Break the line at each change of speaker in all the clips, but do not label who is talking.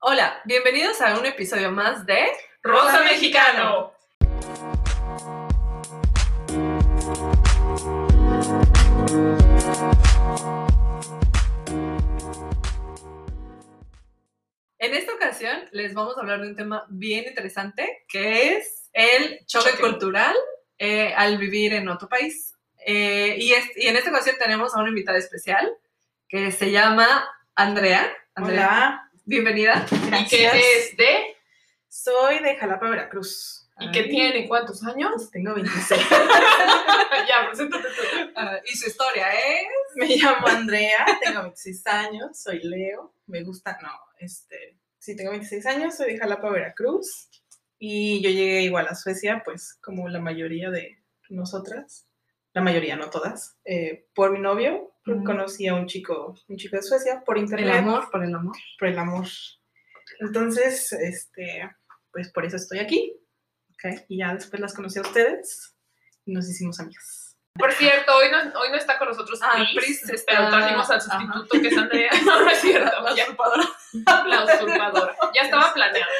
Hola, bienvenidos a un episodio más de
Rosa Mexicano.
En esta ocasión les vamos a hablar de un tema bien interesante que es el choque,
Choque.
cultural eh, al vivir en otro país. Eh, y, es- y en esta ocasión tenemos a una invitada especial que se llama Andrea. Andrea,
Hola.
bienvenida.
¿Y qué es de?
Soy de Jalapa, Veracruz. Ah,
¿Y qué
Ay.
tiene? ¿Cuántos años?
Pues Tengo 26.
ya, preséntate tú.
Ah, y su historia ¿eh? es...
Me llamo Andrea, tengo 26 años, soy Leo. Me gusta, no, este, sí, tengo 26 años, soy de Jalapa, Veracruz. Y yo llegué igual a Suecia, pues como la mayoría de nosotras, la mayoría, no todas, eh, por mi novio.
Ujú.
Conocí a un chico, un chico de Suecia, por
El
internet.
amor por el amor.
Por el amor. Entonces, este, pues por eso estoy aquí. Y ya después las conocí a ustedes y nos hicimos amigas.
Por cierto, hoy no, hoy no está con nosotros
Ah,
Pris,
Pris está-
pero trajimos
ajá.
al sustituto que es Andrea. No, no es cierto.
La
ya.
usurpadora.
la usurpadora. Ya estaba planeado.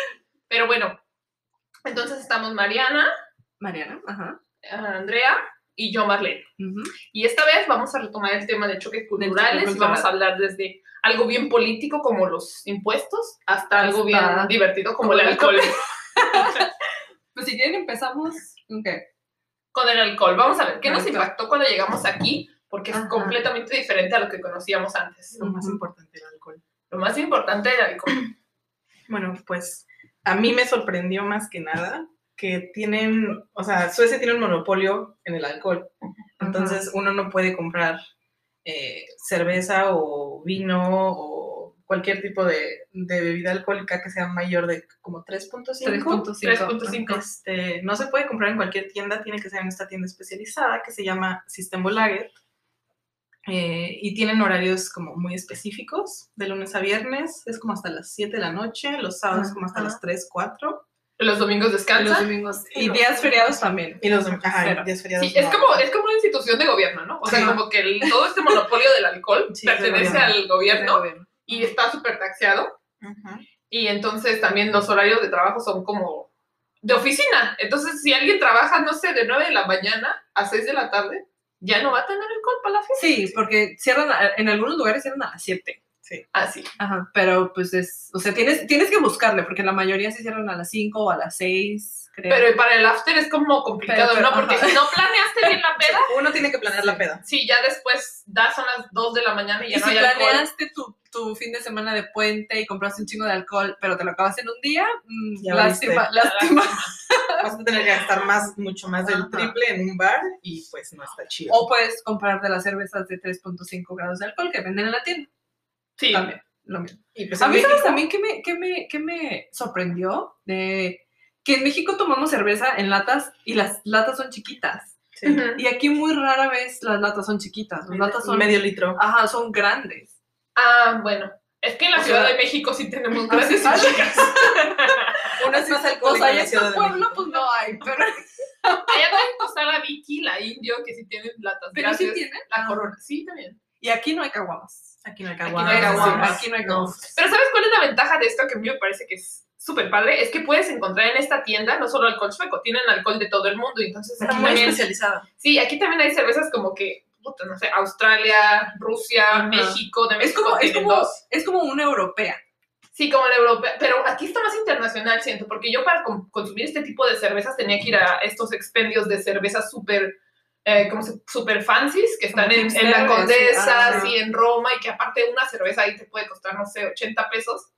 Pero bueno, entonces estamos Mariana,
Mariana, ajá.
Andrea y yo, Marlene.
Ujú.
Y esta vez vamos a retomar el tema de choques
choque
culturales y
cultural.
vamos a hablar desde algo bien político como los impuestos hasta algo bien
Hasta-
divertido como
como
el
la
alcohol.
Pues si quieren empezamos. Ok.
Con el alcohol, vamos a ver, ¿qué nos
Exacto.
impactó cuando llegamos aquí? Porque es
Ajá.
completamente diferente a lo que conocíamos antes.
Lo más
Ujú.
importante, el alcohol.
Lo más importante del alcohol.
Bueno, pues a mí me sorprendió más que nada que tienen, o sea, Suecia tiene un monopolio en el alcohol. Entonces uno no puede comprar eh, cerveza o vino o cualquier tipo de, de bebida alcohólica que sea mayor de como 3.5.
3.5.
3.5.
Este, no se puede comprar en cualquier tienda, tiene que ser en esta tienda especializada que se llama Systembolaget. Eh, y tienen horarios como muy específicos, de lunes a viernes, es como hasta las 7 de la noche, los sábados como hasta
Ajá.
las 3, 4.
Los domingos
Los
descansan.
domingos.
Sí,
Y
no.
días feriados también.
Y los dom- ajá,
Cero.
días feriados
Sí, es
no.
como, es como una institución de gobierno, ¿no? O sea,
Sí.
como que el- todo este monopolio del alcohol
Sí, del
pertenece
gobierno.
al gobierno y está súper taxeado.
Ajá.
Y entonces también los horarios de trabajo son como de oficina. Entonces, si alguien trabaja, no sé, de 9 de la mañana a 6 de la tarde, ya no va a tener alcohol para la fiesta.
Sí, porque cierran, a- en algunos lugares cierran a las 7.
Así.
Ajá. Pero pues es, o sea, tienes, tienes que buscarle, porque la mayoría se cierran a las 5 o a las 6, creo.
Pero para el after es como complicado,
Pero- pero,
¿no? Porque
ajá.
si no planeaste bien la peda,
Uno tiene que planear la peda.
sí, ya después das son las 2 de la mañana y
y
ya no
si
hay alcohol.
planeaste tu, tu fin de semana de puente y compraste un chingo de alcohol, pero te lo acabas en un día, mm,
Ya
lástima,
Ya la-
lástima.
Vas a tener que gastar más, mucho más del
Ajá.
triple en un bar y pues no está chido.
O puedes comprar de las cervezas de 3.5 grados de alcohol que venden en la tienda.
Sí.
También, lo mismo.
Y pues
A
en
mí, ¿sabes
México-
también que me, que me, que me sorprendió? De que en México tomamos cerveza en latas y las latas son chiquitas.
Sí.
Ujú.
Y aquí muy rara vez las latas son chiquitas. Las latas son,
Medio litro.
ajá, son grandes.
Ah, bueno. Es que en la
O
Ciudad
sea-
de México sí tenemos
Ah, sí,
grandes
¿sabes?
chicas.
Uno es más
O
alcohólico
sea,
en
y
la
en
Ciudad
tu
de
pueblo
México.
pues no hay, pero,
Allá deben costar a Vicky, la indio, que sí tienen latas
pero sí
grandes.
tienen. ah.
La corona. Sí, también.
Y aquí no hay caguamas.
Aquí no hay
Aquí
Eso
no
sí,
hay caguamas.
Aquí no hay caguamas.
Pero ¿sabes cuál es la ventaja de esto que a mí me parece que es súper padre? Es que puedes encontrar en esta tienda no solo alcohol sueco, tienen alcohol de todo el mundo. y Entonces,
Está
aquí
muy
también-
especializada.
Sí, aquí también hay cervezas como que, puta, no sé, Australia, Rusia,
Ajá.
México, de
Es
México
como, es,
tienen
como,
dos.
es como una europea.
Sí, como la europea, pero aquí está más internacional, siento, porque yo para con- consumir este tipo de cervezas tenía que ir a estos expendios de cervezas súper, eh, como se- súper fancies, que están
Como
en, en
hipster,
la Condesa,
así, ajá.
así en Roma, y que aparte una cerveza ahí te puede costar, no sé, 80 pesos,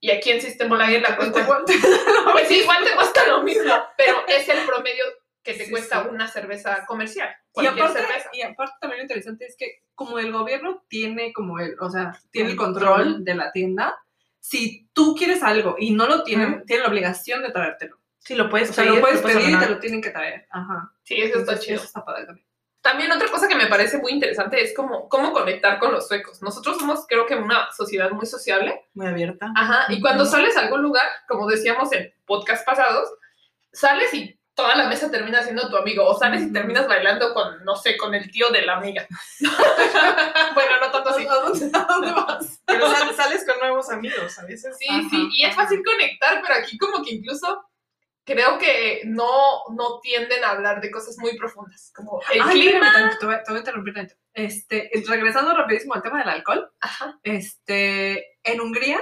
y aquí en Systembolaget la cuesta igual. Pues sí, igual te cuesta lo mismo, pero es el promedio que te
Sí,
cuesta
sí.
una cerveza comercial,
Y
cualquier
aparte,
cerveza.
y aparte también lo interesante es que como el gobierno tiene como el, o sea, tiene el
Control.
control de la tienda, si tú quieres algo y no lo tienen, tienen la obligación de traértelo.
Sí, lo puedes
O sea, lo
pedir,
puedes pedir y te
ordenar.
lo tienen que traer. Ajá.
Sí, eso está
Entonces,
chido.
Eso está padre también.
También otra cosa que me parece muy interesante es como, cómo conectar con los suecos. Nosotros somos, creo que, una sociedad muy sociable.
Muy abierta.
Ajá. Y cuando sales a algún lugar, como decíamos en podcast pasados, sales y toda la mesa termina siendo tu amigo. O sales y terminas bailando con, no sé, con el tío de la amiga. bueno, no tanto así.
¿A dónde, a dónde vas?
Pero sal- sales con nuevos amigos a veces.
Sí,
Ajá,
sí, y es
ajá.
fácil conectar, pero aquí como que incluso creo que no, no tienden a hablar de cosas muy profundas, como el
Ay,
clima.
espérame tantito, te voy a- te voy a interrumpir tantito. Este, regresando rapidísimo al tema del alcohol,
Ajá.
este, en Hungría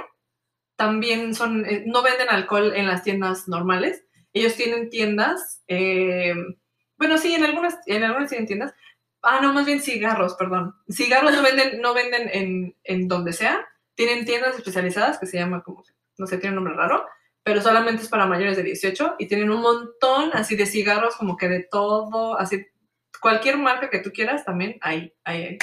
también son, eh, no venden alcohol en las tiendas normales. Ellos tienen tiendas, eh, bueno, sí, en algunas, en algunas tienen tiendas. Ah, no, más bien cigarros, perdón. Cigarros no venden, no venden en, en donde sea. Tienen tiendas especializadas que se llama como, no sé, tiene un nombre raro, pero solamente es para mayores de 18 y tienen un montón así de cigarros como que de todo, así cualquier marca que tú quieras también hay, hay, hay.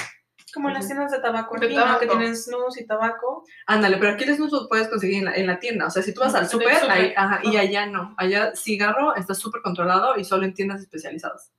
Como las tiendas de tabaco, en
De
Lima, que
tabaco.
tienen snus y tabaco.
Ándale, pero aquí les no lo puedes conseguir en la, en la tienda. O sea, si tú vas
En
al
el
súper,
súper.
ahí- ajá, y allá no. Allá cigarro está súper controlado y solo en tiendas especializadas.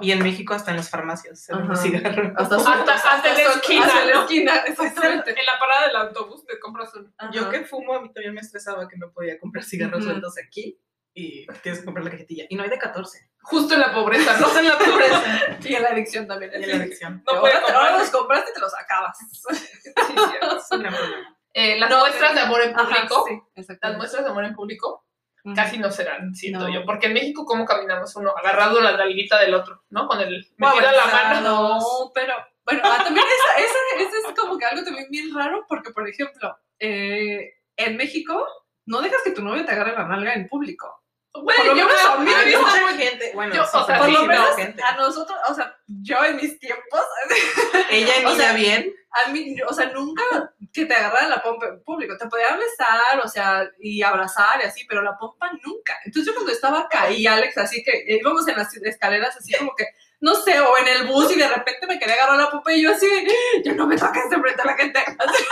Y en México hasta en las farmacias se vende
Ajá.
cigarro.
Hasta, su-
Hasta, hasta la
hasta-
esquina,
hasta la
¿no?
esquina, exactamente.
En la parada del autobús te compras uno.
Yo
Ajá.
que fumo, a mí también me estresaba que no podía comprar cigarros
Ujú.
sueltos aquí y tienes que comprar la cajetilla. Y no hay de 14.
Justo en la pobreza, ¿no?
en la pobreza.
Y en la adicción también.
y en la adicción.
No puede
ahora, te- ahora
comprar.
los compraste y te los acabas.
Es un gran problema.
Eh, las
No,
muestras de amor en
Ajá,
público,
sí,
las
exactamente.
muestras de amor en público
Ujú.
casi no serán, siento
No.
yo. Porque en México, ¿cómo caminamos uno? Agarrado la dalguita del otro, ¿no? Con el
Bueno,
metida la mano.
No, pero bueno, ah, también esa, esa- esa es como que algo también bien raro porque, por ejemplo, eh, en México no dejas que tu novio te agarre la nalga en público.
Güey,
Por lo
yo
menos
me-
a mí
a
me
mí
Hay
vio-
me-
mucha gente, bueno,
Yo,
sí,
o sea,
pero
por
sí,
lo
sí,
menos
gente.
A nosotros, o sea, yo en mis tiempos,
Ella
o
mira
sea,
bien.
a mí, yo- o sea, nunca que te agarrara la pompa en público. Te podía besar, o sea, y abrazar y así, pero la pompa nunca. Entonces yo cuando estaba acá y Alex, así que eh, íbamos en las escaleras así como que, no sé, o en el bus y de repente me quería agarrar la pompa y yo así, de, yo no me toques de frente a la gente. Así,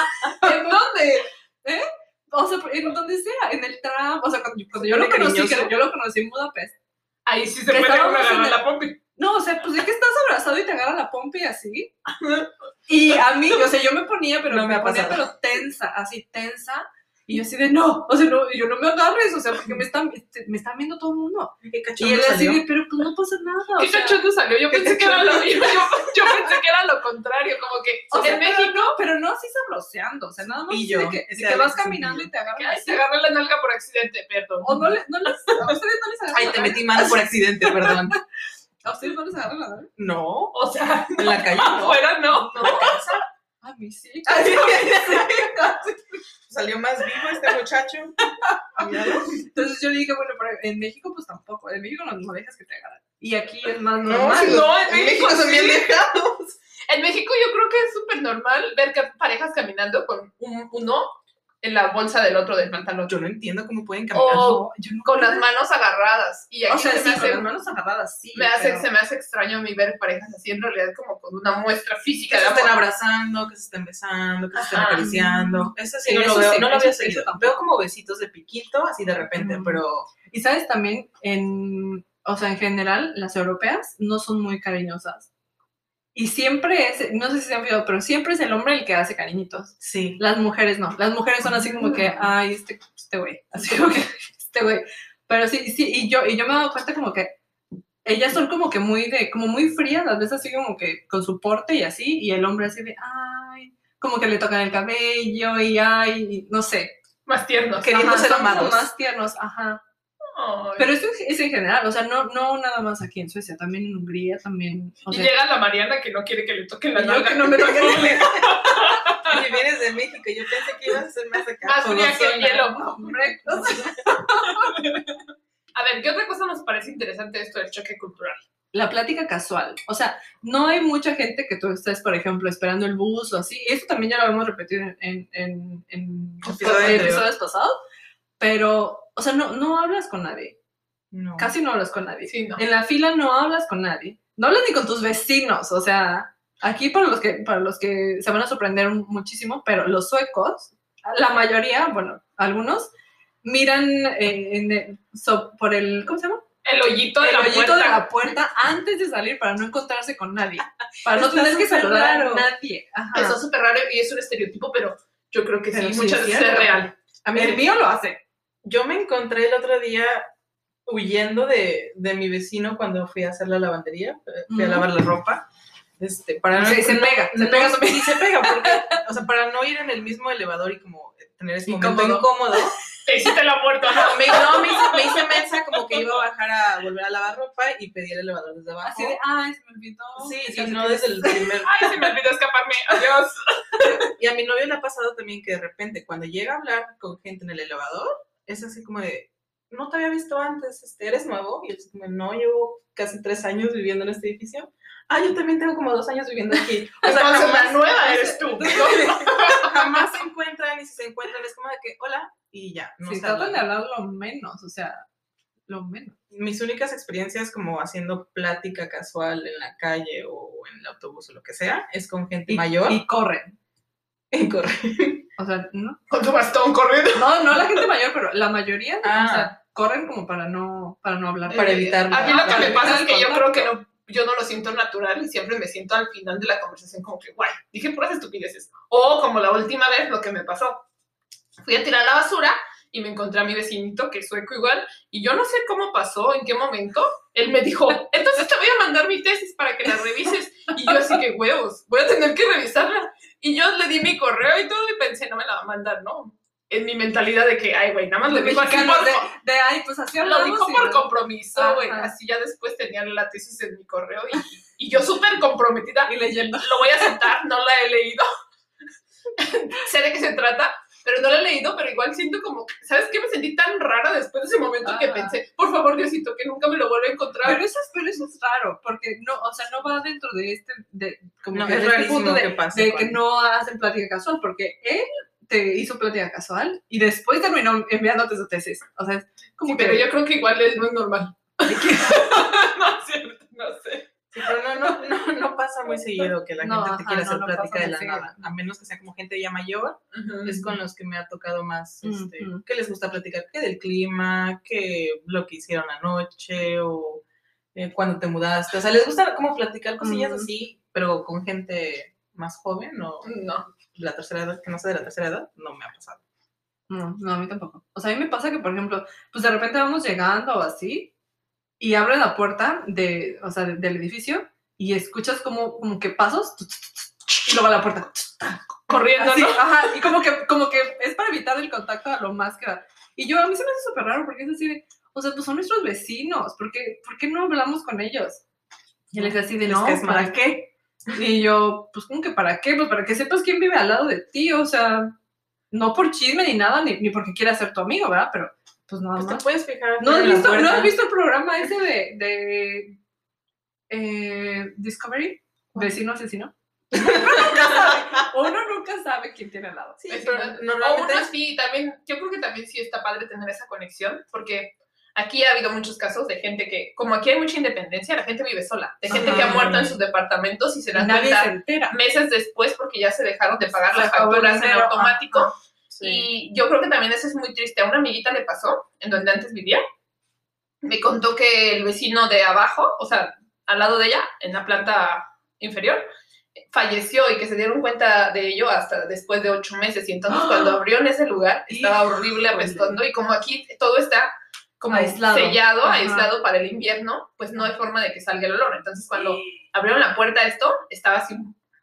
¿En dónde? ¿Eh? O sea, en donde sea, en el tram, o sea, cuando, cuando yo lo
Súper
conocí,
cariñoso.
que yo lo conocí en Budapest.
Ahí sí se
Que
puede
estábamos
uno
en
agarrar
el-
la pompi.
No, o sea, pues de que estás abrazado y te agarra la pompa y así. Y a mí, o sea, yo me ponía, pero
No me
me,
ha
ponía,
pasado.
pero tensa, así tensa. Y yo así de, no, o sea, no, yo no me agarres, o sea, porque me están, este, me están viendo todo el mundo.
Qué
Y
cachondo
él así
salió.
de, pero pues no pasa nada. O
¿Qué
sea,
cachondo salió? Yo
qué
pensé que era lo
cachondo.
yo, yo pensé que era lo contrario, como que
o sea,
en
pero
México
no, pero no así sabroseando, o sea, nada más
Y
así
yo,
de que,
ese
de que vas
Alex es un
caminando y te
que,
agarran
ay,
así.
se agarró la nalga por accidente, perdón.
O no, le, no les, a ustedes no les agarran
Ay,
la
te
nalga.
metí mal por accidente, perdón.
A ustedes no les agarran la nalga.
No,
O sea,
en la calle no.
afuera no.
En la casa.
A mí sí.
Así Salió más vivo este muchacho. Míralo.
Entonces yo dije, bueno, pero en México pues tampoco, en México no, no dejas que te agarren. Y aquí es más
No,
normal.
si los-
no, en México
son bien
sí.
lejanos.
En México yo creo que es súper normal ver que parejas caminando con un- uno en la bolsa del otro del pantalón.
Yo no entiendo cómo pueden caminar.
No,
O
yo nunca-
con las manos agarradas. Y aquí
o sea,
se,
sí,
me
con
hace,
las manos agarradas, sí.
me hace-
pero-
se me hace extraño a mí ver parejas así en realidad como con una muestra
que
física de
se estén
amor.
abrazando, que se estén besando, que se estén
Ajá.
acariciando. Eso sí,
Sí,
no lo
eso
veo,
sí,
no lo
eso-
veo
eso
seguido.
tampoco.
Veo como besitos de piquito, así de repente,
Ujú.
pero
Y sabes también, en, o sea, en general, las europeas no son muy cariñosas. Y siempre es, no sé si se han fijado, pero siempre es el hombre el que hace cariñitos.
sí.
Las mujeres no. Las mujeres son así como
Mm.
que, ay, este este güey. así como que, este güey. Pero sí, sí, y yo, y yo me he dado cuenta como que ellas son como que muy de, como muy frías, a veces así como que con su porte y así, y el hombre así de, ay, como que le tocan el cabello y ay, y no sé.
Más tiernos.
Que- Queriendo
Ajá,
ser
son como
amados.
más tiernos, ajá.
Ay.
Pero eso es- es en general, o sea, no, no nada más aquí en Suecia, también en Hungría, también, o
y
sea,
llega la Mariana que no quiere que le toquen la
y yo
nalga.
que no me toquen el cabello.
Y vienes de México, yo pensé que ibas a ser más acá.
Más fría que el
fogosona.
hielo.
Hombre, o sea,
A ver, ¿qué otra cosa nos parece interesante de esto del choque cultural?
la plática casual. O sea, no hay mucha gente que tú estés, por ejemplo, esperando el bus o así. Eso también ya lo hemos repetido en, en, en- en
Episodio
episodios,
anterior.
pasados. Pero, o sea, no, no hablas con nadie.
No.
Casi no hablas con nadie.
Sí, no.
En la fila no hablas con nadie. No hablas ni con tus vecinos. O sea, aquí para los que, para los que se van a sorprender muchísimo, pero los suecos, la mayoría, bueno, algunos, miran eh, en el- so- por el, ¿cómo se llama?
El hoyito de
el
la
hoyito de
puerta.
la puerta antes de salir para no encontrarse con nadie. Para no
Está
tener que
súper
saludar
raro.
a nadie. Ajá.
Está súper raro y es un estereotipo, pero yo creo que
Pero
sí,
sí
muchas
es
veces
cierto.
es real.
A mí el mío lo hace.
Yo me encontré el otro día huyendo de, de mi vecino cuando fui a hacer la lavandería, fui a lavar la ropa. Este, para no,
Se, se pega, se
no-
pega su
sí, se pega, porque, o sea, para no ir en el mismo elevador y como tener ese momento
Incómodo.
incómodo.
Te hiciste la puerta, ¿no?
Me, no, me hice, me hice mensa como que iba a bajar a volver a lavar ropa y pedí el elevador desde abajo.
Así de, ay, se me olvidó.
sí, y no desde el primer
Ay, se me olvidó escaparme. Adiós.
Y a mi novio le ha pasado también que de repente cuando llega a hablar con gente en el elevador, es así como de, no te había visto antes, este, ¿eres nuevo? Y él es como, no, llevo casi tres años viviendo en este edificio. Ah, yo también tengo como dos años viviendo aquí. O sea,
Entonces,
jamás-
la nueva eres tú.
jamás se encuentran y si se encuentran es como de que, hola, y ya. No
Sí,
se
tratan
hablan.
de hablar lo menos, o sea, lo menos.
Mis únicas experiencias como haciendo plática casual en la calle o en el autobús o lo que sea, es con gente
Y-
mayor.
Y corren.
Y corre.
O sea, no,
Con tu bastón corriendo.
no, no la gente mayor, pero la mayoría, o
Ah,
sea, corren como para no, para no hablar.
Para evitarlo.
A mí lo que
Para
me
evitar
pasa es
el
que yo creo
contacto.
que no, yo no lo siento natural y siempre me siento al final de la conversación como que, guay, dije puras estupideces. O como la última vez lo que me pasó. Fui a tirar la basura y me encontré a mi vecinito, que es sueco igual, y yo no sé cómo pasó, en qué momento, él me dijo, entonces te voy a mandar mi tesis para que la revises. Y yo así que, huevos, voy a tener que revisarla. Y yo le di mi correo y todo y pensé, no me la va a mandar, ¿no? En mi mentalidad de que, ay, güey, nada más le
Los
digo así
mexicanos
por-
de, de, ay, pues así
lo
hablamos.
dijo
y-
por compromiso, güey.
Ajá.
Así ya después tenía la tesis en mi correo y, y yo súper comprometida.
Y leyendo.
Lo voy a aceptar, no la he leído. sé de qué se trata, pero no la he leído, pero igual siento como, ¿sabes qué? Me sentí tan rara después de ese momento que
Ajá.
pensé, por favor, Diosito, que nunca me lo vuelva a encontrar.
Pero eso, es, pero eso es raro, porque no, o sea, no va dentro de este, de, como
No,
que
es
de este
rarísimo
punto de,
que pase
de
con-
que no hacen plática casual, porque él te hizo plática casual y después terminó enviándote su tesis. O sea, es como
Sí,
que
pero yo creo que igual es- no es normal. no es cierto, no sé.
Sí, pero no, no, no, no pasa muy seguido que la
No,
gente te
ajá,
quiera
no,
hacer
no
plática
pasa
de
muy
la
seguido.
nada. A menos que sea como gente ya mayor, es con los que me ha tocado más este,
Ujú.
que les gusta platicar, que del clima, que lo que hicieron anoche o eh, cuando te mudaste. O sea, les gusta como platicar cosillas
Ujú.
así, pero con gente más joven o
No.
de la tercera edad, que no sea de la tercera edad, no me ha pasado.
No, no, a mí tampoco. O sea, a mí me pasa que, por ejemplo, pues de repente vamos llegando o así y abre la puerta de, o sea, de- del edificio y escuchas como, como que pasos y luego la puerta.
Corriendo,
Así,
¿no?
ajá, y como que, como que es para evitar el contacto a lo más que da. Y yo, a mí se me hace súper raro porque es así de, o sea, pues son nuestros vecinos, ¿por qué, por qué no hablamos con ellos? Y él es así de,
Es
no,
que es
¿para
mal.
qué? Y yo, pues como que para qué, pues para que sepas quién vive al lado de ti, o sea, no por chisme ni nada, ni, ni porque quiera ser tu amigo, ¿verdad? Pero, pues nada
Pues te
más.
puedes fijar.
¿No has,
en la
visto, ¿No
puerta.
has visto el programa ese de, de eh, Discovery? Vecino asesino. Ah, Uno nunca sabe quién tiene al lado.
Sí,
Es
pero
verdad. O
normalmente
uno sí, también, yo creo que también sí está padre tener esa conexión, porque aquí ha habido muchos casos de gente que, como aquí hay mucha independencia, la gente vive sola, de gente que ha
Ajá.
muerto en sus departamentos y se dan
Nadie se
cuenta
entera.
meses después porque ya se dejaron de pagar
Se
las
acabó el
facturas en
dinero,
automático.
sí.
Y yo creo que también eso es muy triste. A una amiguita le pasó, en donde antes vivía, me contó que el vecino de abajo, o sea, al lado de ella, en la planta inferior, falleció y que se dieron cuenta de ello hasta después de ocho meses. Y entonces
¡Ah!
cuando abrió en ese lugar, estaba horrible
Híjole.
apestando. Y como aquí todo está como
Aislado.
sellado,
Ajá.
aislado para el invierno, pues no hay forma de que salga el olor. Entonces cuando abrieron la puerta a esto, estaba así,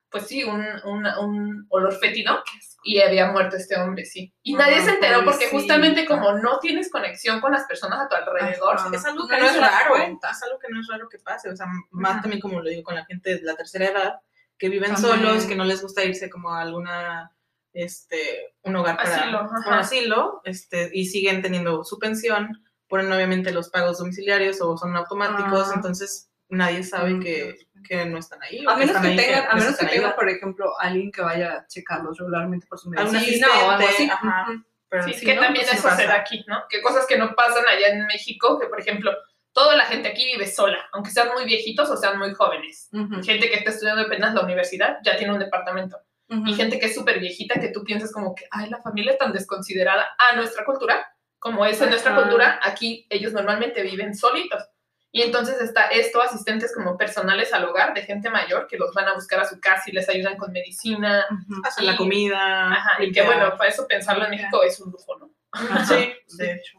pues sí, un, un, un olor fétido y había muerto este hombre, sí. Y
Ah,
nadie se enteró porque
pobrecito.
justamente como no tienes conexión con las personas a tu alrededor,
Ajá.
Es algo que
Nadie
no es
se da
raro,
cuenta.
es algo que no es raro que pase, o sea, más
Ajá.
también como lo digo con la gente de la tercera edad, que viven
También.
solos, que no les gusta irse como a alguna, este, un hogar para
Asilo,
un
ajá.
asilo, este, y siguen teniendo su pensión, ponen obviamente los pagos domiciliarios o son automáticos,
Ah.
entonces nadie sabe
Mm.
que, que no están ahí. o
A menos
están
que
ahí
tengan, a menos que
necesitan
tengan,
ayuda,
por ejemplo, alguien que vaya a checarlos regularmente por su
Algún
medicina o algo así.
asistente, ajá.
Ujú.
pero
Sí,
si
que
no,
también
pues sí
eso se
pasa.
da aquí, ¿no? Que cosas que no pasan allá en México, que por ejemplo, toda la gente aquí vive sola, aunque sean muy viejitos o sean muy jóvenes.
Ujú.
Gente que está estudiando apenas la universidad ya tiene un departamento.
Ujú.
Y gente que es súper viejita que tú piensas como que, ay, la familia es tan desconsiderada a nuestra cultura, como es en nuestra
Ajá.
cultura, aquí ellos normalmente viven solitos. Y entonces está esto, asistentes como personales al hogar de gente mayor que los van a buscar a su casa y les ayudan con medicina.
Ujú.
Hacen
Y-
la comida.
Ajá, y que
limpiar.
bueno, para eso pensarlo en México es un lujo, ¿no?
Ajá, Sí, de hecho.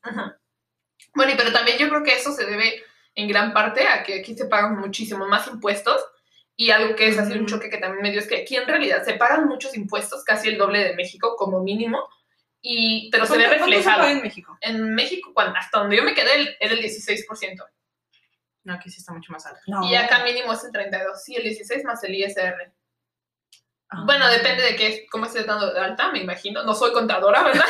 Ajá. Bueno, y pero también yo creo que eso se debe en gran parte a que aquí se pagan muchísimo más impuestos y algo que es así un
Ujú.
choque que también me dio es que aquí en realidad se pagan muchos impuestos, casi el doble de México como mínimo, y, pero se ve
¿Cuánto- cuánto
reflejado.
paga en México?
En México, cuando, hasta donde yo me quedé, el- era el 16%.
No, aquí sí está mucho más alto.
No.
Y acá mínimo es el 32. Sí, el 16 más el ISR.
Ah.
Bueno, depende de qué, cómo esté dando de alta, me imagino. No soy contadora, ¿verdad?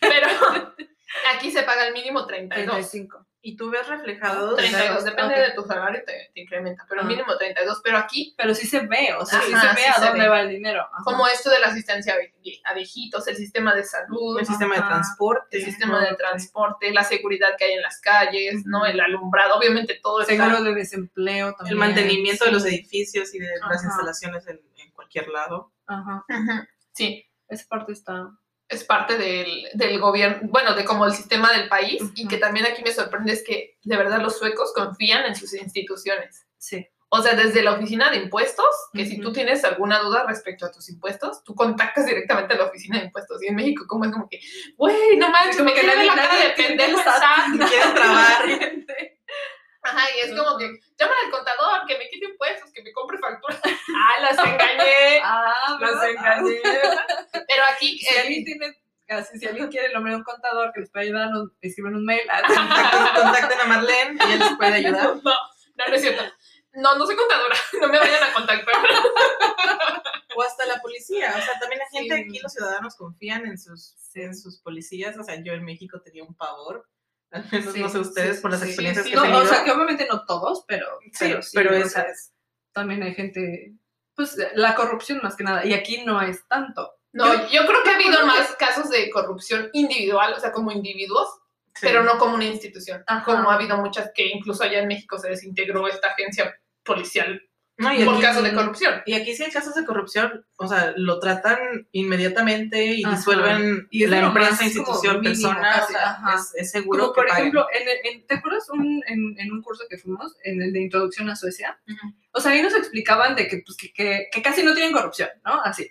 Pero aquí se paga el mínimo 32.
35.
¿Y tú ves reflejado?
32, depende
Ok.
de tu salario, te, te incrementa, pero
Ah.
mínimo 32. Pero aquí,
Pero sí se ve, o sea, sí se
Ajá,
ve
sí
a
se
dónde
ve.
va el dinero. Ajá.
como esto de la asistencia a vie- a viejitos, el sistema de salud,
El sistema
Ajá.
de transporte.
el sistema
¿no?
de transporte, la seguridad que hay en las calles, ¿no? El alumbrado, obviamente todo está-
Seguro de desempleo también.
El mantenimiento de los
sí.
edificios y de las
Ajá.
instalaciones en, en cualquier lado.
Ajá.
Ujú, Sí,
Esa parte está.
es parte del, del gobierno, bueno, de como el sistema del país y
Ujú.
que también aquí me sorprende es que de verdad los suecos confían en sus instituciones.
Sí.
O sea, desde la oficina de impuestos, que si tú
Ujú.
tienes alguna duda respecto a tus impuestos, tú contactas directamente a la oficina de impuestos. Y en México, como es como que, güey, no manches,
como
me
que
quedé
nadie-
la cara
nadie
de
entiende
pendejo
el
en
SAT.
SAT.
Quiero trabajar.
Ajá, y es como que, llámale al contador, que me quite impuestos, que me compre facturas. Ah, las engañé,
Ah,
las
¿verdad?
engañé. Pero aquí,
Si
eh,
alguien tiene. así, si alguien quiere el nombre de un contador que les pueda ayudar, nos escriben un mail. Ah,
Contacten, contacten a Marlene, ella les puede ayudar.
No, no, no es cierto. No, no soy contadora, no me vayan a contactar.
O hasta la policía. O sea, también la gente
Sí.
aquí, los ciudadanos confían en sus, en sus policías. O sea, yo en México tenía un pavor. Al menos
Sí,
no sé
sí,
ustedes
sí,
por las
sí,
experiencias
sí,
que
No,
he tenido.
o sea, que obviamente no todos, pero
Sí, pero,
o
esa
sea,
es.
también hay gente, pues la corrupción más que nada, y aquí no es tanto.
No, yo, creo que ha habido
creo que-
más casos de corrupción individual, o sea, como individuos,
sí.
pero no como una institución.
Ajá.
Como ha habido muchas que incluso allá en México se desintegró esta agencia policial
No, y
por
aquí-
casos de corrupción.
Y aquí sí hay casos de corrupción, o sea, lo tratan inmediatamente y
Ajá.
disuelven
Y es
la
lo más
empresa,
como
institución,
mínimo
persona, o
casi,
sea,
ajá.
es, es seguro
Como
que
por
paguen.
ejemplo, en, el- en- ¿te acuerdas un- en, en un curso que fuimos, en el de introducción a Suecia?
Ujú.
O sea, ahí nos explicaban de que, pues, que, que- que casi no tienen corrupción, ¿no? Así.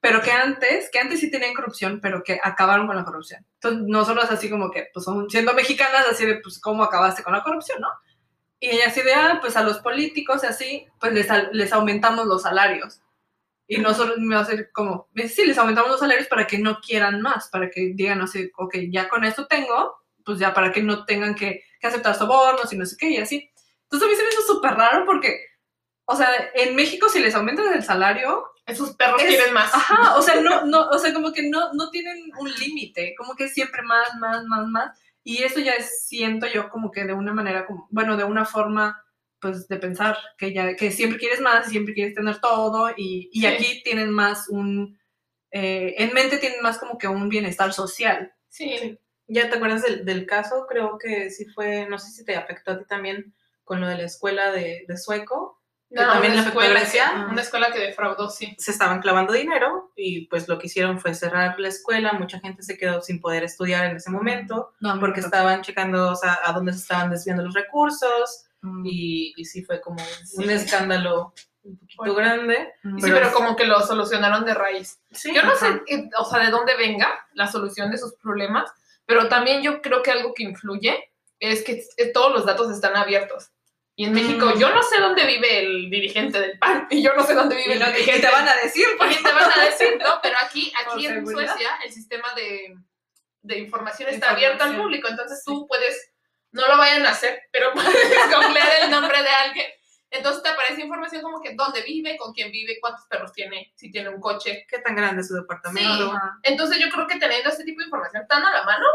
Pero que antes, que antes sí tenían corrupción, pero que acabaron con la corrupción. Entonces, nosotros así como que, pues, son- siendo mexicanas, así de, pues, ¿cómo acabaste con la corrupción, no? Y ella así de, ah, pues a los políticos y así, pues les, al- les aumentamos los salarios. Y nosotros me va a hacer como, me dice, sí, les aumentamos los salarios para que no quieran más, para que digan así, ok, ya con esto tengo, pues ya para que no tengan que, que aceptar sobornos y no sé qué y así. Entonces a mí se me hizo súper raro porque, o sea, en México si les aumentan el salario,
Esos perros
Es- ah,
quieren más.
Ajá, o sea, no, no, o sea, como que no, no tienen un límite, como que siempre más, más, más, más. Y eso ya es, siento yo como que de una manera, como, bueno, de una forma, pues, de pensar, que ya, que siempre quieres más, siempre quieres tener todo, y, y
Sí.
aquí tienen más un, eh, en mente tienen más como que un bienestar social.
Sí.
Sí. ¿Ya te acuerdas del, del caso? Creo que sí fue, no sé si te afectó a ti también con lo de la escuela de, de sueco. Que también
una
le afectó a
escuela,
Grecia.
que- una escuela que defraudó, sí.
Se estaban clavando dinero y pues lo que hicieron fue cerrar la escuela, mucha gente se quedó sin poder estudiar en ese momento
No,
porque estaban checando, o sea, a dónde se estaban desviando los recursos,
Mm.
y, y sí fue como un escándalo un poquito
Fuerte.
grande.
Mm.
Sí,
Pero-
pero, como que lo solucionaron de raíz.
Sí,
Yo no sé, eh, o sea, de dónde venga la solución de sus problemas, pero también yo creo que algo que influye es que eh, todos los datos están abiertos. Y en México,
Mm.
yo no sé dónde vive el dirigente del PAN, y yo no sé dónde vive
Y
el
no- y
dirigente
te van a decir, pues.
porque
porque
te van a decir, ¿no? Pero aquí,
Por
aquí en
seguridad.
Suecia el sistema de, de información está abierto al
Información.
público, entonces tú puedes, no lo vayan a hacer, pero puedes googlear el nombre de alguien. Entonces te aparece información como que dónde vive, con quién vive, cuántos perros tiene, si tiene un coche.
qué tan grande es su departamento.
Ajá.
Entonces yo creo que teniendo este tipo de información tan a la mano,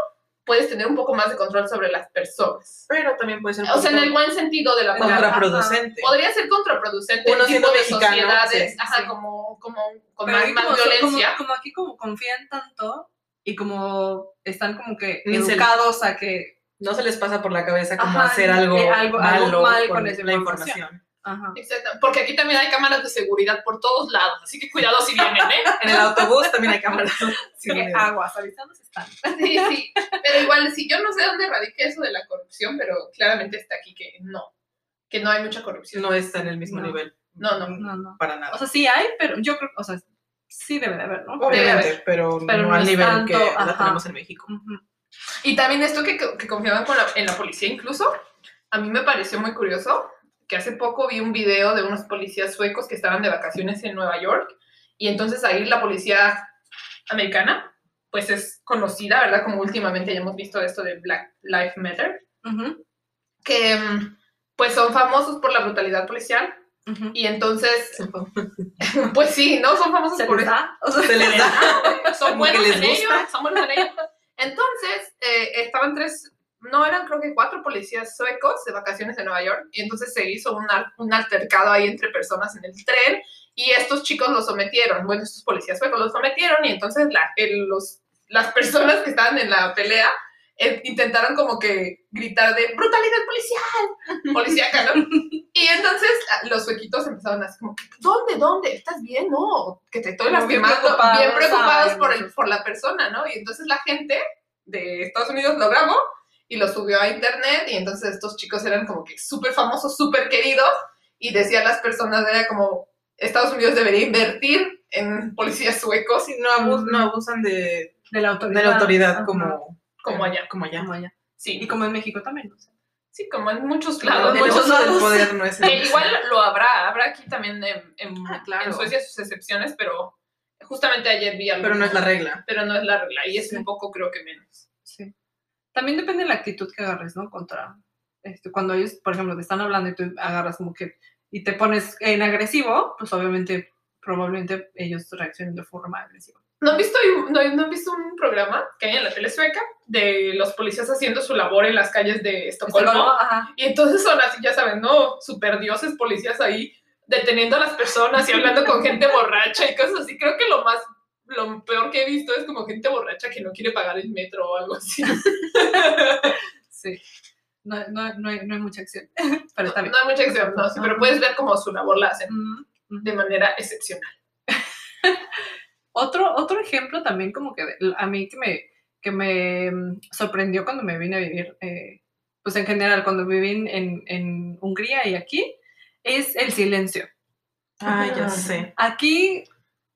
puedes tener un poco más de control sobre las personas.
Pero también puede ser
O sea, en el buen sentido de la palabra.
contraproducente.
Podría ser contraproducente
Uno
el tipo
siendo
de
mexicano,
sociedades,
sí,
ajá,
sí.
como, como, con
Pero
más,
aquí
más
como, son- como-
violencia.
como aquí como confían tanto y como están como que
Ni se-
educados a que...
No se les pasa por la cabeza como
Ajá,
hacer
ni-
algo,
eh, algo-
malo
algo mal
con,
con esa
la
información.
información.
Ajá.
Exacto, porque aquí también hay cámaras de seguridad por todos lados, así que cuidado si vienen, ¿eh?
En el autobús también hay cámaras. Sí,
que aguas, ahorita nos están.
Sí, sí, pero igual, sí, yo no sé dónde radica eso de la corrupción, pero claramente está aquí que no, que no hay mucha corrupción.
no está en el mismo
No.
nivel.
No, no.
No, no.
Para
O
nada.
sea, sí hay, pero yo creo, o sea, sí debe de haber, ¿no?
Obvio.
Obviamente, pero,
Pero
no
no
al
es
nivel
tanto,
que la
ajá.
tenemos en México.
Ujú.
Y también esto que, que confiaban con la- en la policía incluso, a mí me pareció muy curioso que hace poco vi un video de unos policías suecos que estaban de vacaciones en Nueva York y entonces ahí la policía americana pues es conocida, ¿verdad? Como últimamente ya hemos visto esto de Black Lives Matter,
Ujú,
que mm, pues son famosos por la brutalidad policial
ujú.
y entonces, pues sí, ¿no? Son famosos
¿Se
por
les
eso.
da? O sea,
Se ah, les da.
son
Como que
buenos
les
en
gusta.
ello, son buenos en ello. Entonces, eh, estaban tres, no eran creo que cuatro policías suecos de vacaciones en Nueva York, y entonces se hizo un, al- un altercado ahí entre personas en el tren, y estos chicos los sometieron, bueno, estos policías suecos los sometieron, y entonces la- el- los, las personas que estaban en la pelea eh, intentaron como que gritar de brutalidad policial, policíaca, ¿no? Y entonces a- los suequitos empezaron así como, ¿dónde, dónde? ¿Estás bien? No, que te estoy
Como bien
lastimando.
preocupados,
bien preocupados
ay,
por,
no
el,
sé.
por la persona, ¿no? Y entonces la gente de Estados Unidos lo grabó y lo subió a internet y entonces estos chicos eran como que súper famosos, súper queridos y decían las personas, era como, Estados Unidos debería invertir en policías suecos
Sí, no, abus- no abusan de,
de la autoridad.
de la autoridad
Pues Ajá,
como,
como allá.
Como allá.
como allá. Y
Sí,
como en México también. o sea.
sí, como en muchos
Claro,
lados.
el
muchos
uso del
lados.
poder no es el
Que igual lo habrá, habrá aquí también en, en-
Ah, claro.
en Suecia sus excepciones, pero justamente ayer vi algo.
Pero no es la regla.
Pero no es la regla, y es
Sí.
un poco creo que menos.
Sí. También depende de la actitud que agarres, ¿no? Contra. este, cuando ellos, por ejemplo, te están hablando y tú agarras como que. y te pones en agresivo, pues obviamente, probablemente ellos reaccionen de forma agresiva.
¿No han, visto, no, no han visto un programa que hay en la tele sueca de los policías haciendo su labor en las calles de Estocolmo?
Estocolmo, Este, ajá.
Y entonces son así, ya saben, ¿no? Super dioses policías ahí deteniendo a las personas y hablando con gente borracha y cosas así. Creo que lo más, lo peor que he visto es como gente borracha que no quiere pagar el metro o algo así.
Sí. No, no, no, hay, no hay mucha acción, pero está bien.
No hay mucha excepción, no, sí, pero puedes ver cómo su labor la hacen
Ujú.
de manera excepcional.
Otro, otro ejemplo también como que de- a mí que me, que me mm, sorprendió cuando me vine a vivir, eh, pues en general, cuando viví en, en- en Hungría y aquí, es el silencio.
Ay, ya
Ah.
sé.
Aquí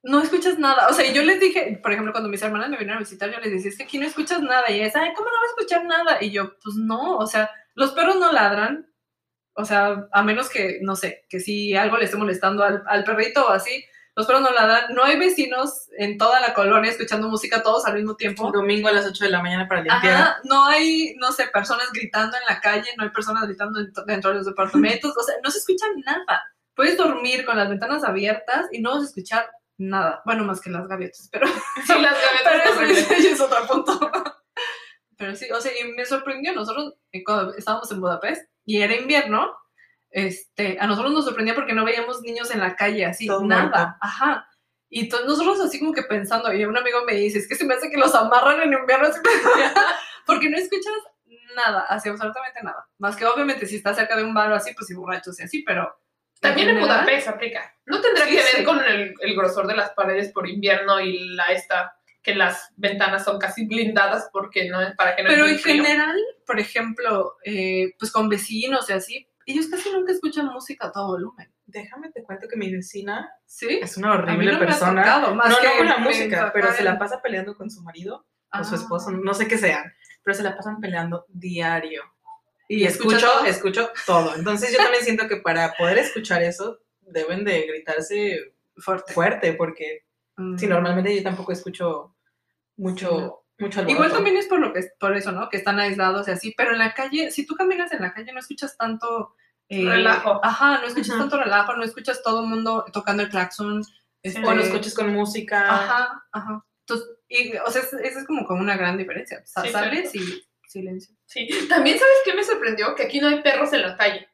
no escuchas nada. O sea, yo les dije, por ejemplo, cuando mis hermanas me vinieron a visitar, yo les decía, es que aquí no escuchas nada. Y ellas, ay, ¿cómo no vas a escuchar nada? Y yo, pues no, o sea, los perros no ladran. O sea, a menos que, no sé, que si algo le esté molestando al, al perrito o así, los perros no ladran. No hay vecinos en toda la colonia escuchando música todos al mismo tiempo.
Domingo a las 8 de la mañana para limpiar.
Ajá, no hay, no sé, personas gritando en la calle, no hay personas gritando dentro, dentro de los departamentos, o sea, no se escucha nada. Puedes dormir con las ventanas abiertas y no vas a escuchar nada. Bueno, más que las gaviotas, pero,
Sí, las
pero
gavetas
eso es,
horribles.
ese es otro punto. Pero sí, o sea, y me sorprendió, nosotros eh, cuando estábamos en Budapest y era invierno, este, a nosotros nos sorprendía porque no veíamos niños en la calle, así,
Todo
nada,
muerto.
ajá. Y to- nosotros así como que pensando, y un amigo me dice, es que se me hace que los amarran en invierno, así porque no escuchas nada, así absolutamente nada. Más que obviamente si estás cerca de un bar o así, pues y borrachos y así, pero...
También en
general,
Budapest aplica. No tendrá
Sí,
que ver
sí.
con el, el grosor de las paredes por invierno y la esta que las ventanas son casi blindadas porque no para que no
Pero
entre
en
el frío.
general, por ejemplo, eh, pues con vecinos y así, ellos casi nunca escuchan música a todo volumen.
Déjame te cuento que mi vecina
¿Sí?
es una
A mí
horrible
no me ha
persona.
tocado,
No,
más
no
que
con la
me
música, pero se la
tocaron.
pasa peleando con su marido o su
Ah.
esposo, no sé qué sean, pero se la pasan peleando diario.
Y,
Y
escucha
escucho,
todo.
escucho todo. Entonces yo también siento que para poder escuchar eso deben de gritarse
fuerte.
fuerte, porque
Mm.
si normalmente yo tampoco escucho mucho, mucho alboroto.
Igual también es por lo que por eso, ¿no? Que están aislados y así, pero en la calle, si tú caminas en la calle no escuchas tanto eh,
Relajo.
Ajá, no escuchas
Ajá.
tanto relajo, no escuchas todo el mundo tocando el claxon. este,
O lo escuchas con
Ah.
música.
Ajá, ajá. Entonces, y, o sea, es- esa es como, como una gran diferencia. O sea,
Sí,
sales y silencio.
Sí. También sabes qué me sorprendió que aquí no hay perros en la calle.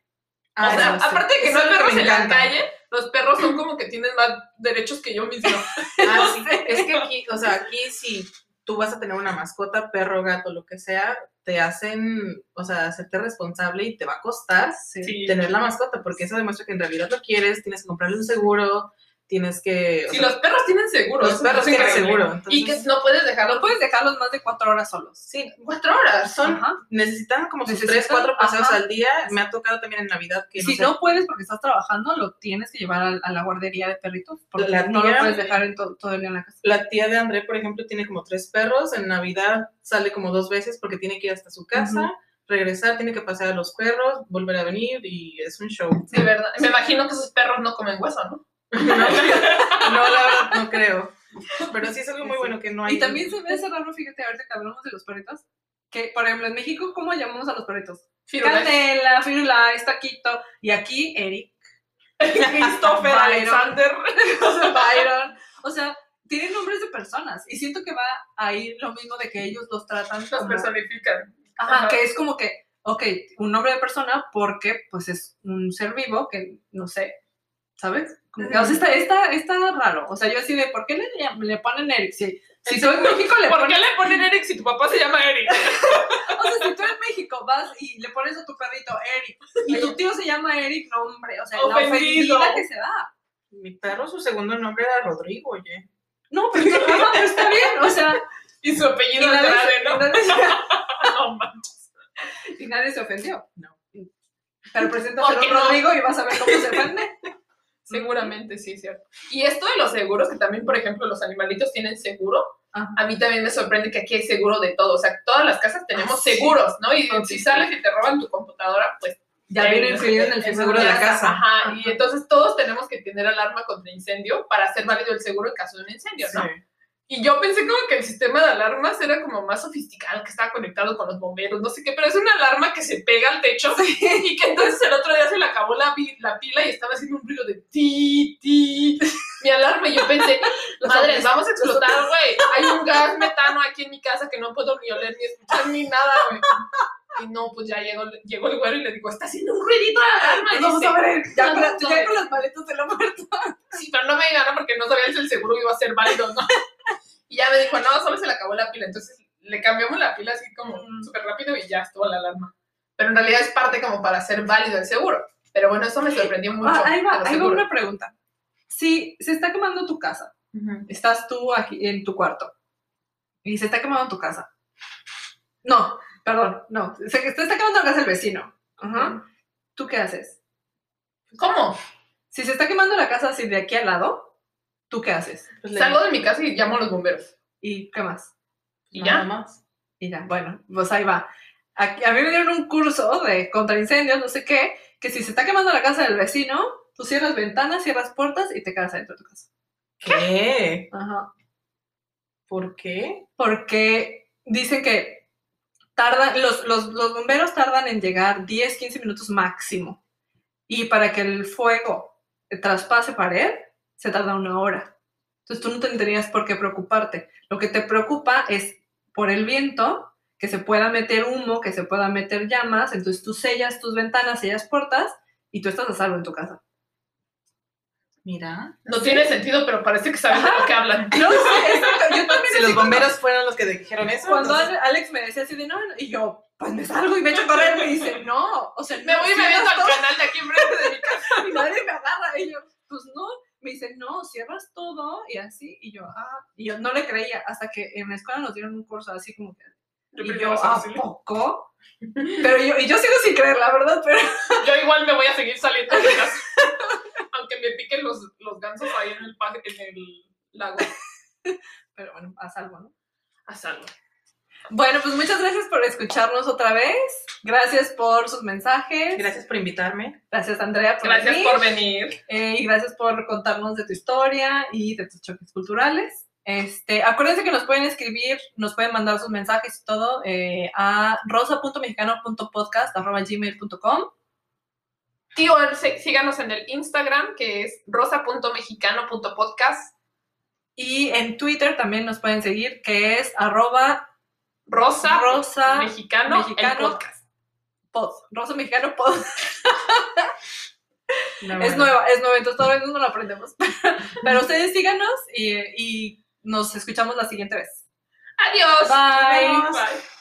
Ah,
o sea,
eso sí.
aparte de que
Eso
no hay
es lo
perros
me
en la
encanta.
calle, los perros son como que tienen más derechos que yo mismo.
Ah,
No
sí.
sé.
Es que aquí, o sea, aquí si tú vas a tener una mascota, perro, gato, lo que sea, te hacen, o sea, hacerte responsable y te va a costar
Sí.
Sí.
tener la mascota, porque eso demuestra que en realidad lo quieres, tienes que comprarle un seguro, tienes que... o
Si
sea,
los perros tienen seguro.
los
eso
perros
es
tienen
increíble.
seguro.
Y que
entonces-
no puedes dejarlo
No puedes dejarlos más de cuatro horas solos.
Sí,
cuatro horas.
son,
Ajá.
necesitan como sus
Necesitan,
tres, cuatro paseos
ajá.
al día. Me ha tocado también en Navidad que
si
sé,
no puedes porque estás trabajando, lo tienes que llevar a, a la guardería de perritos. Porque
La
no lo
tía-
puedes dejar en to- todo el día en la casa.
la tía de André, por ejemplo, tiene como tres perros. En Navidad sale como dos veces porque tiene que ir hasta su casa, regresar, tiene que pasar a los perros, volver a venir y es un show.
De verdad. Me imagino que esos perros no comen hueso, ¿no?
No, no, la verdad no creo. Pero sí es algo muy
Sí.
bueno que no hay.
Y también se ve ese raro, fíjate, ahorita que hablamos de los perritos, que por ejemplo en México, ¿cómo llamamos a los perritos?
Firulais.
Candela, Firulais, Taquito, y aquí Eric,
Christopher,
Byron.
Alexander.
Byron, o sea, tienen nombres de personas, y siento que va a ir lo mismo de que ellos los tratan
Los
como-
personifican.
Ajá,
Ajá.
que es como que, ok, un nombre de persona porque pues es un ser vivo que, no sé, ¿sabes? Como que, o sea, está, está, está raro. O sea, yo así de, ¿por qué le, le ponen Eric? Si, si tú en México le
¿Por
pones...
qué le ponen Eric si tu papá se llama Eric?
O sea, si tú en México vas y le pones a tu perrito Eric y tu tío se llama Eric, no hombre, o sea, la
Ofendido.
ofendida que se da.
Mi perro, su segundo nombre era Rodrigo, oye.
No, pero, no, no, pero está bien, o sea,
Y su
y
apellido
nadie,
Andrade,
y
¿no?
nadie-
No, man.
y nadie se ofendió.
No.
Pero preséntate
¿Por
a
qué
un
no?
Rodrigo y vas a ver cómo se ofende.
Seguramente, sí, cierto. Y esto de los seguros, que también, por ejemplo, los animalitos tienen seguro,
Ajá.
a mí también me sorprende que aquí hay seguro de todo. O sea, todas las casas tenemos
sí.
seguros, ¿no? Y
Ah, sí,
si
sí.
sales y te roban tu computadora, pues
Ya viene incluido en el
El
seguro de la casa.
Ajá, y entonces todos tenemos que tener alarma contra incendio para hacer válido el seguro en caso de un incendio, ¿no? Y yo pensé como que el sistema de alarmas era como más sofisticado, que estaba conectado con los bomberos, no sé qué, pero es una alarma que se pega al techo y que entonces el otro día se le acabó la, vi- la pila y estaba haciendo un ruido de ti, ti, mi alarma. Y yo pensé, madres, vamos a explotar, güey. Hay un gas metano aquí en mi casa que no puedo ni oler, ni escuchar, ni nada, güey. Y no, pues ya llegó, llegó el güero y le digo, está haciendo un ruidito de alarma. Y
Vamos
dice,
a ver, ya,
No,
con, las-
no,
ya
no.
con las maletas de la muerte.
sí, pero no me ganó porque no sabía si el seguro iba a ser válido, ¿no? Y ya me dijo, no, solo se le acabó la pila. Entonces le cambiamos la pila así como
Mm.
súper rápido y ya estuvo la alarma. Pero en realidad es parte como para ser válido el seguro. Pero bueno, eso me sorprendió mucho.
Ah, ahí
de
va,
los
ahí va
seguros.
una pregunta. Si se está quemando tu casa, estás tú aquí en tu cuarto y se está quemando tu casa. No, perdón, no, se, se está quemando la casa el vecino. Ajá. ¿Tú qué haces?
¿Cómo?
Ah, Si se está quemando la casa así de aquí al lado, ¿tú qué haces?
Pues le-
Salgo de mi casa y llamo a los bomberos.
¿Y qué más?
Y
nada
ya.
más.
Y ya, bueno, pues ahí va. Aquí- a mí me dieron un curso de contra incendios, no sé qué, que si se está quemando la casa del vecino, tú cierras ventanas, cierras puertas y te quedas adentro de tu casa.
¿Qué?
Ajá.
¿Por qué?
porque dicen que tardan, los, los, los bomberos tardan en llegar 10, 15 minutos máximo. Y para que el fuego traspase pared, se tarda una hora. Entonces tú no tendrías por qué preocuparte. Lo que te preocupa es por el viento, que se pueda meter humo, que se pueda meter llamas. Entonces tú sellas tus ventanas, sellas puertas y tú estás a salvo en tu casa.
Mira.
No tiene sentido, pero parece que saben de lo que hablan.
No sé, exacto, yo también
Si
Pues así
los
cuando-
bomberos fueron los que dijeron eso.
Cuando
entonces-
Alex me decía así de no, no", y yo, pues me salgo y me echo a correr, me dice, no, o sea,
Me
no,
voy y me
cierras
meto al canal de aquí enfrente de mi casa.
todo, y nadie me agarra, y yo, pues no, me dice, no, cierras todo, y así, y yo, ah, y yo no le creía, hasta que en la escuela nos dieron un curso así como que, y yo, "Ah, ¿a poco? Pero yo, y yo sigo sin creer, la verdad, pero
Yo igual me voy a seguir saliendo de casa. Aunque me piquen los, los gansos ahí en el, pa- en el lago.
pero bueno, a salvo, ¿no?
A salvo.
Bueno, pues muchas gracias por escucharnos otra vez, gracias por sus mensajes, gracias,
Gracias por invitarme.
Andrea por
Gracias
venir.
por venir.
Eh, y gracias por contarnos de tu historia y de tus choques culturales. Este, acuérdense que nos pueden escribir, nos pueden mandar sus mensajes y todo eh, a rosa.mexicano.podcast.gmail.com.
Y bueno, sí- síganos en el Instagram, que es rosa.mexicano.podcast.
Y en Twitter también nos pueden seguir, que es arroba
Rosa,
rosa
mexicano, el
Mexicano.
podcast.
pod. Rosa mexicano pod.
La
Es
verdad.
nueva, es nueva, entonces todavía no lo aprendemos. Pero ustedes síganos y, y nos escuchamos la siguiente vez.
Adiós.
Bye.
Bye.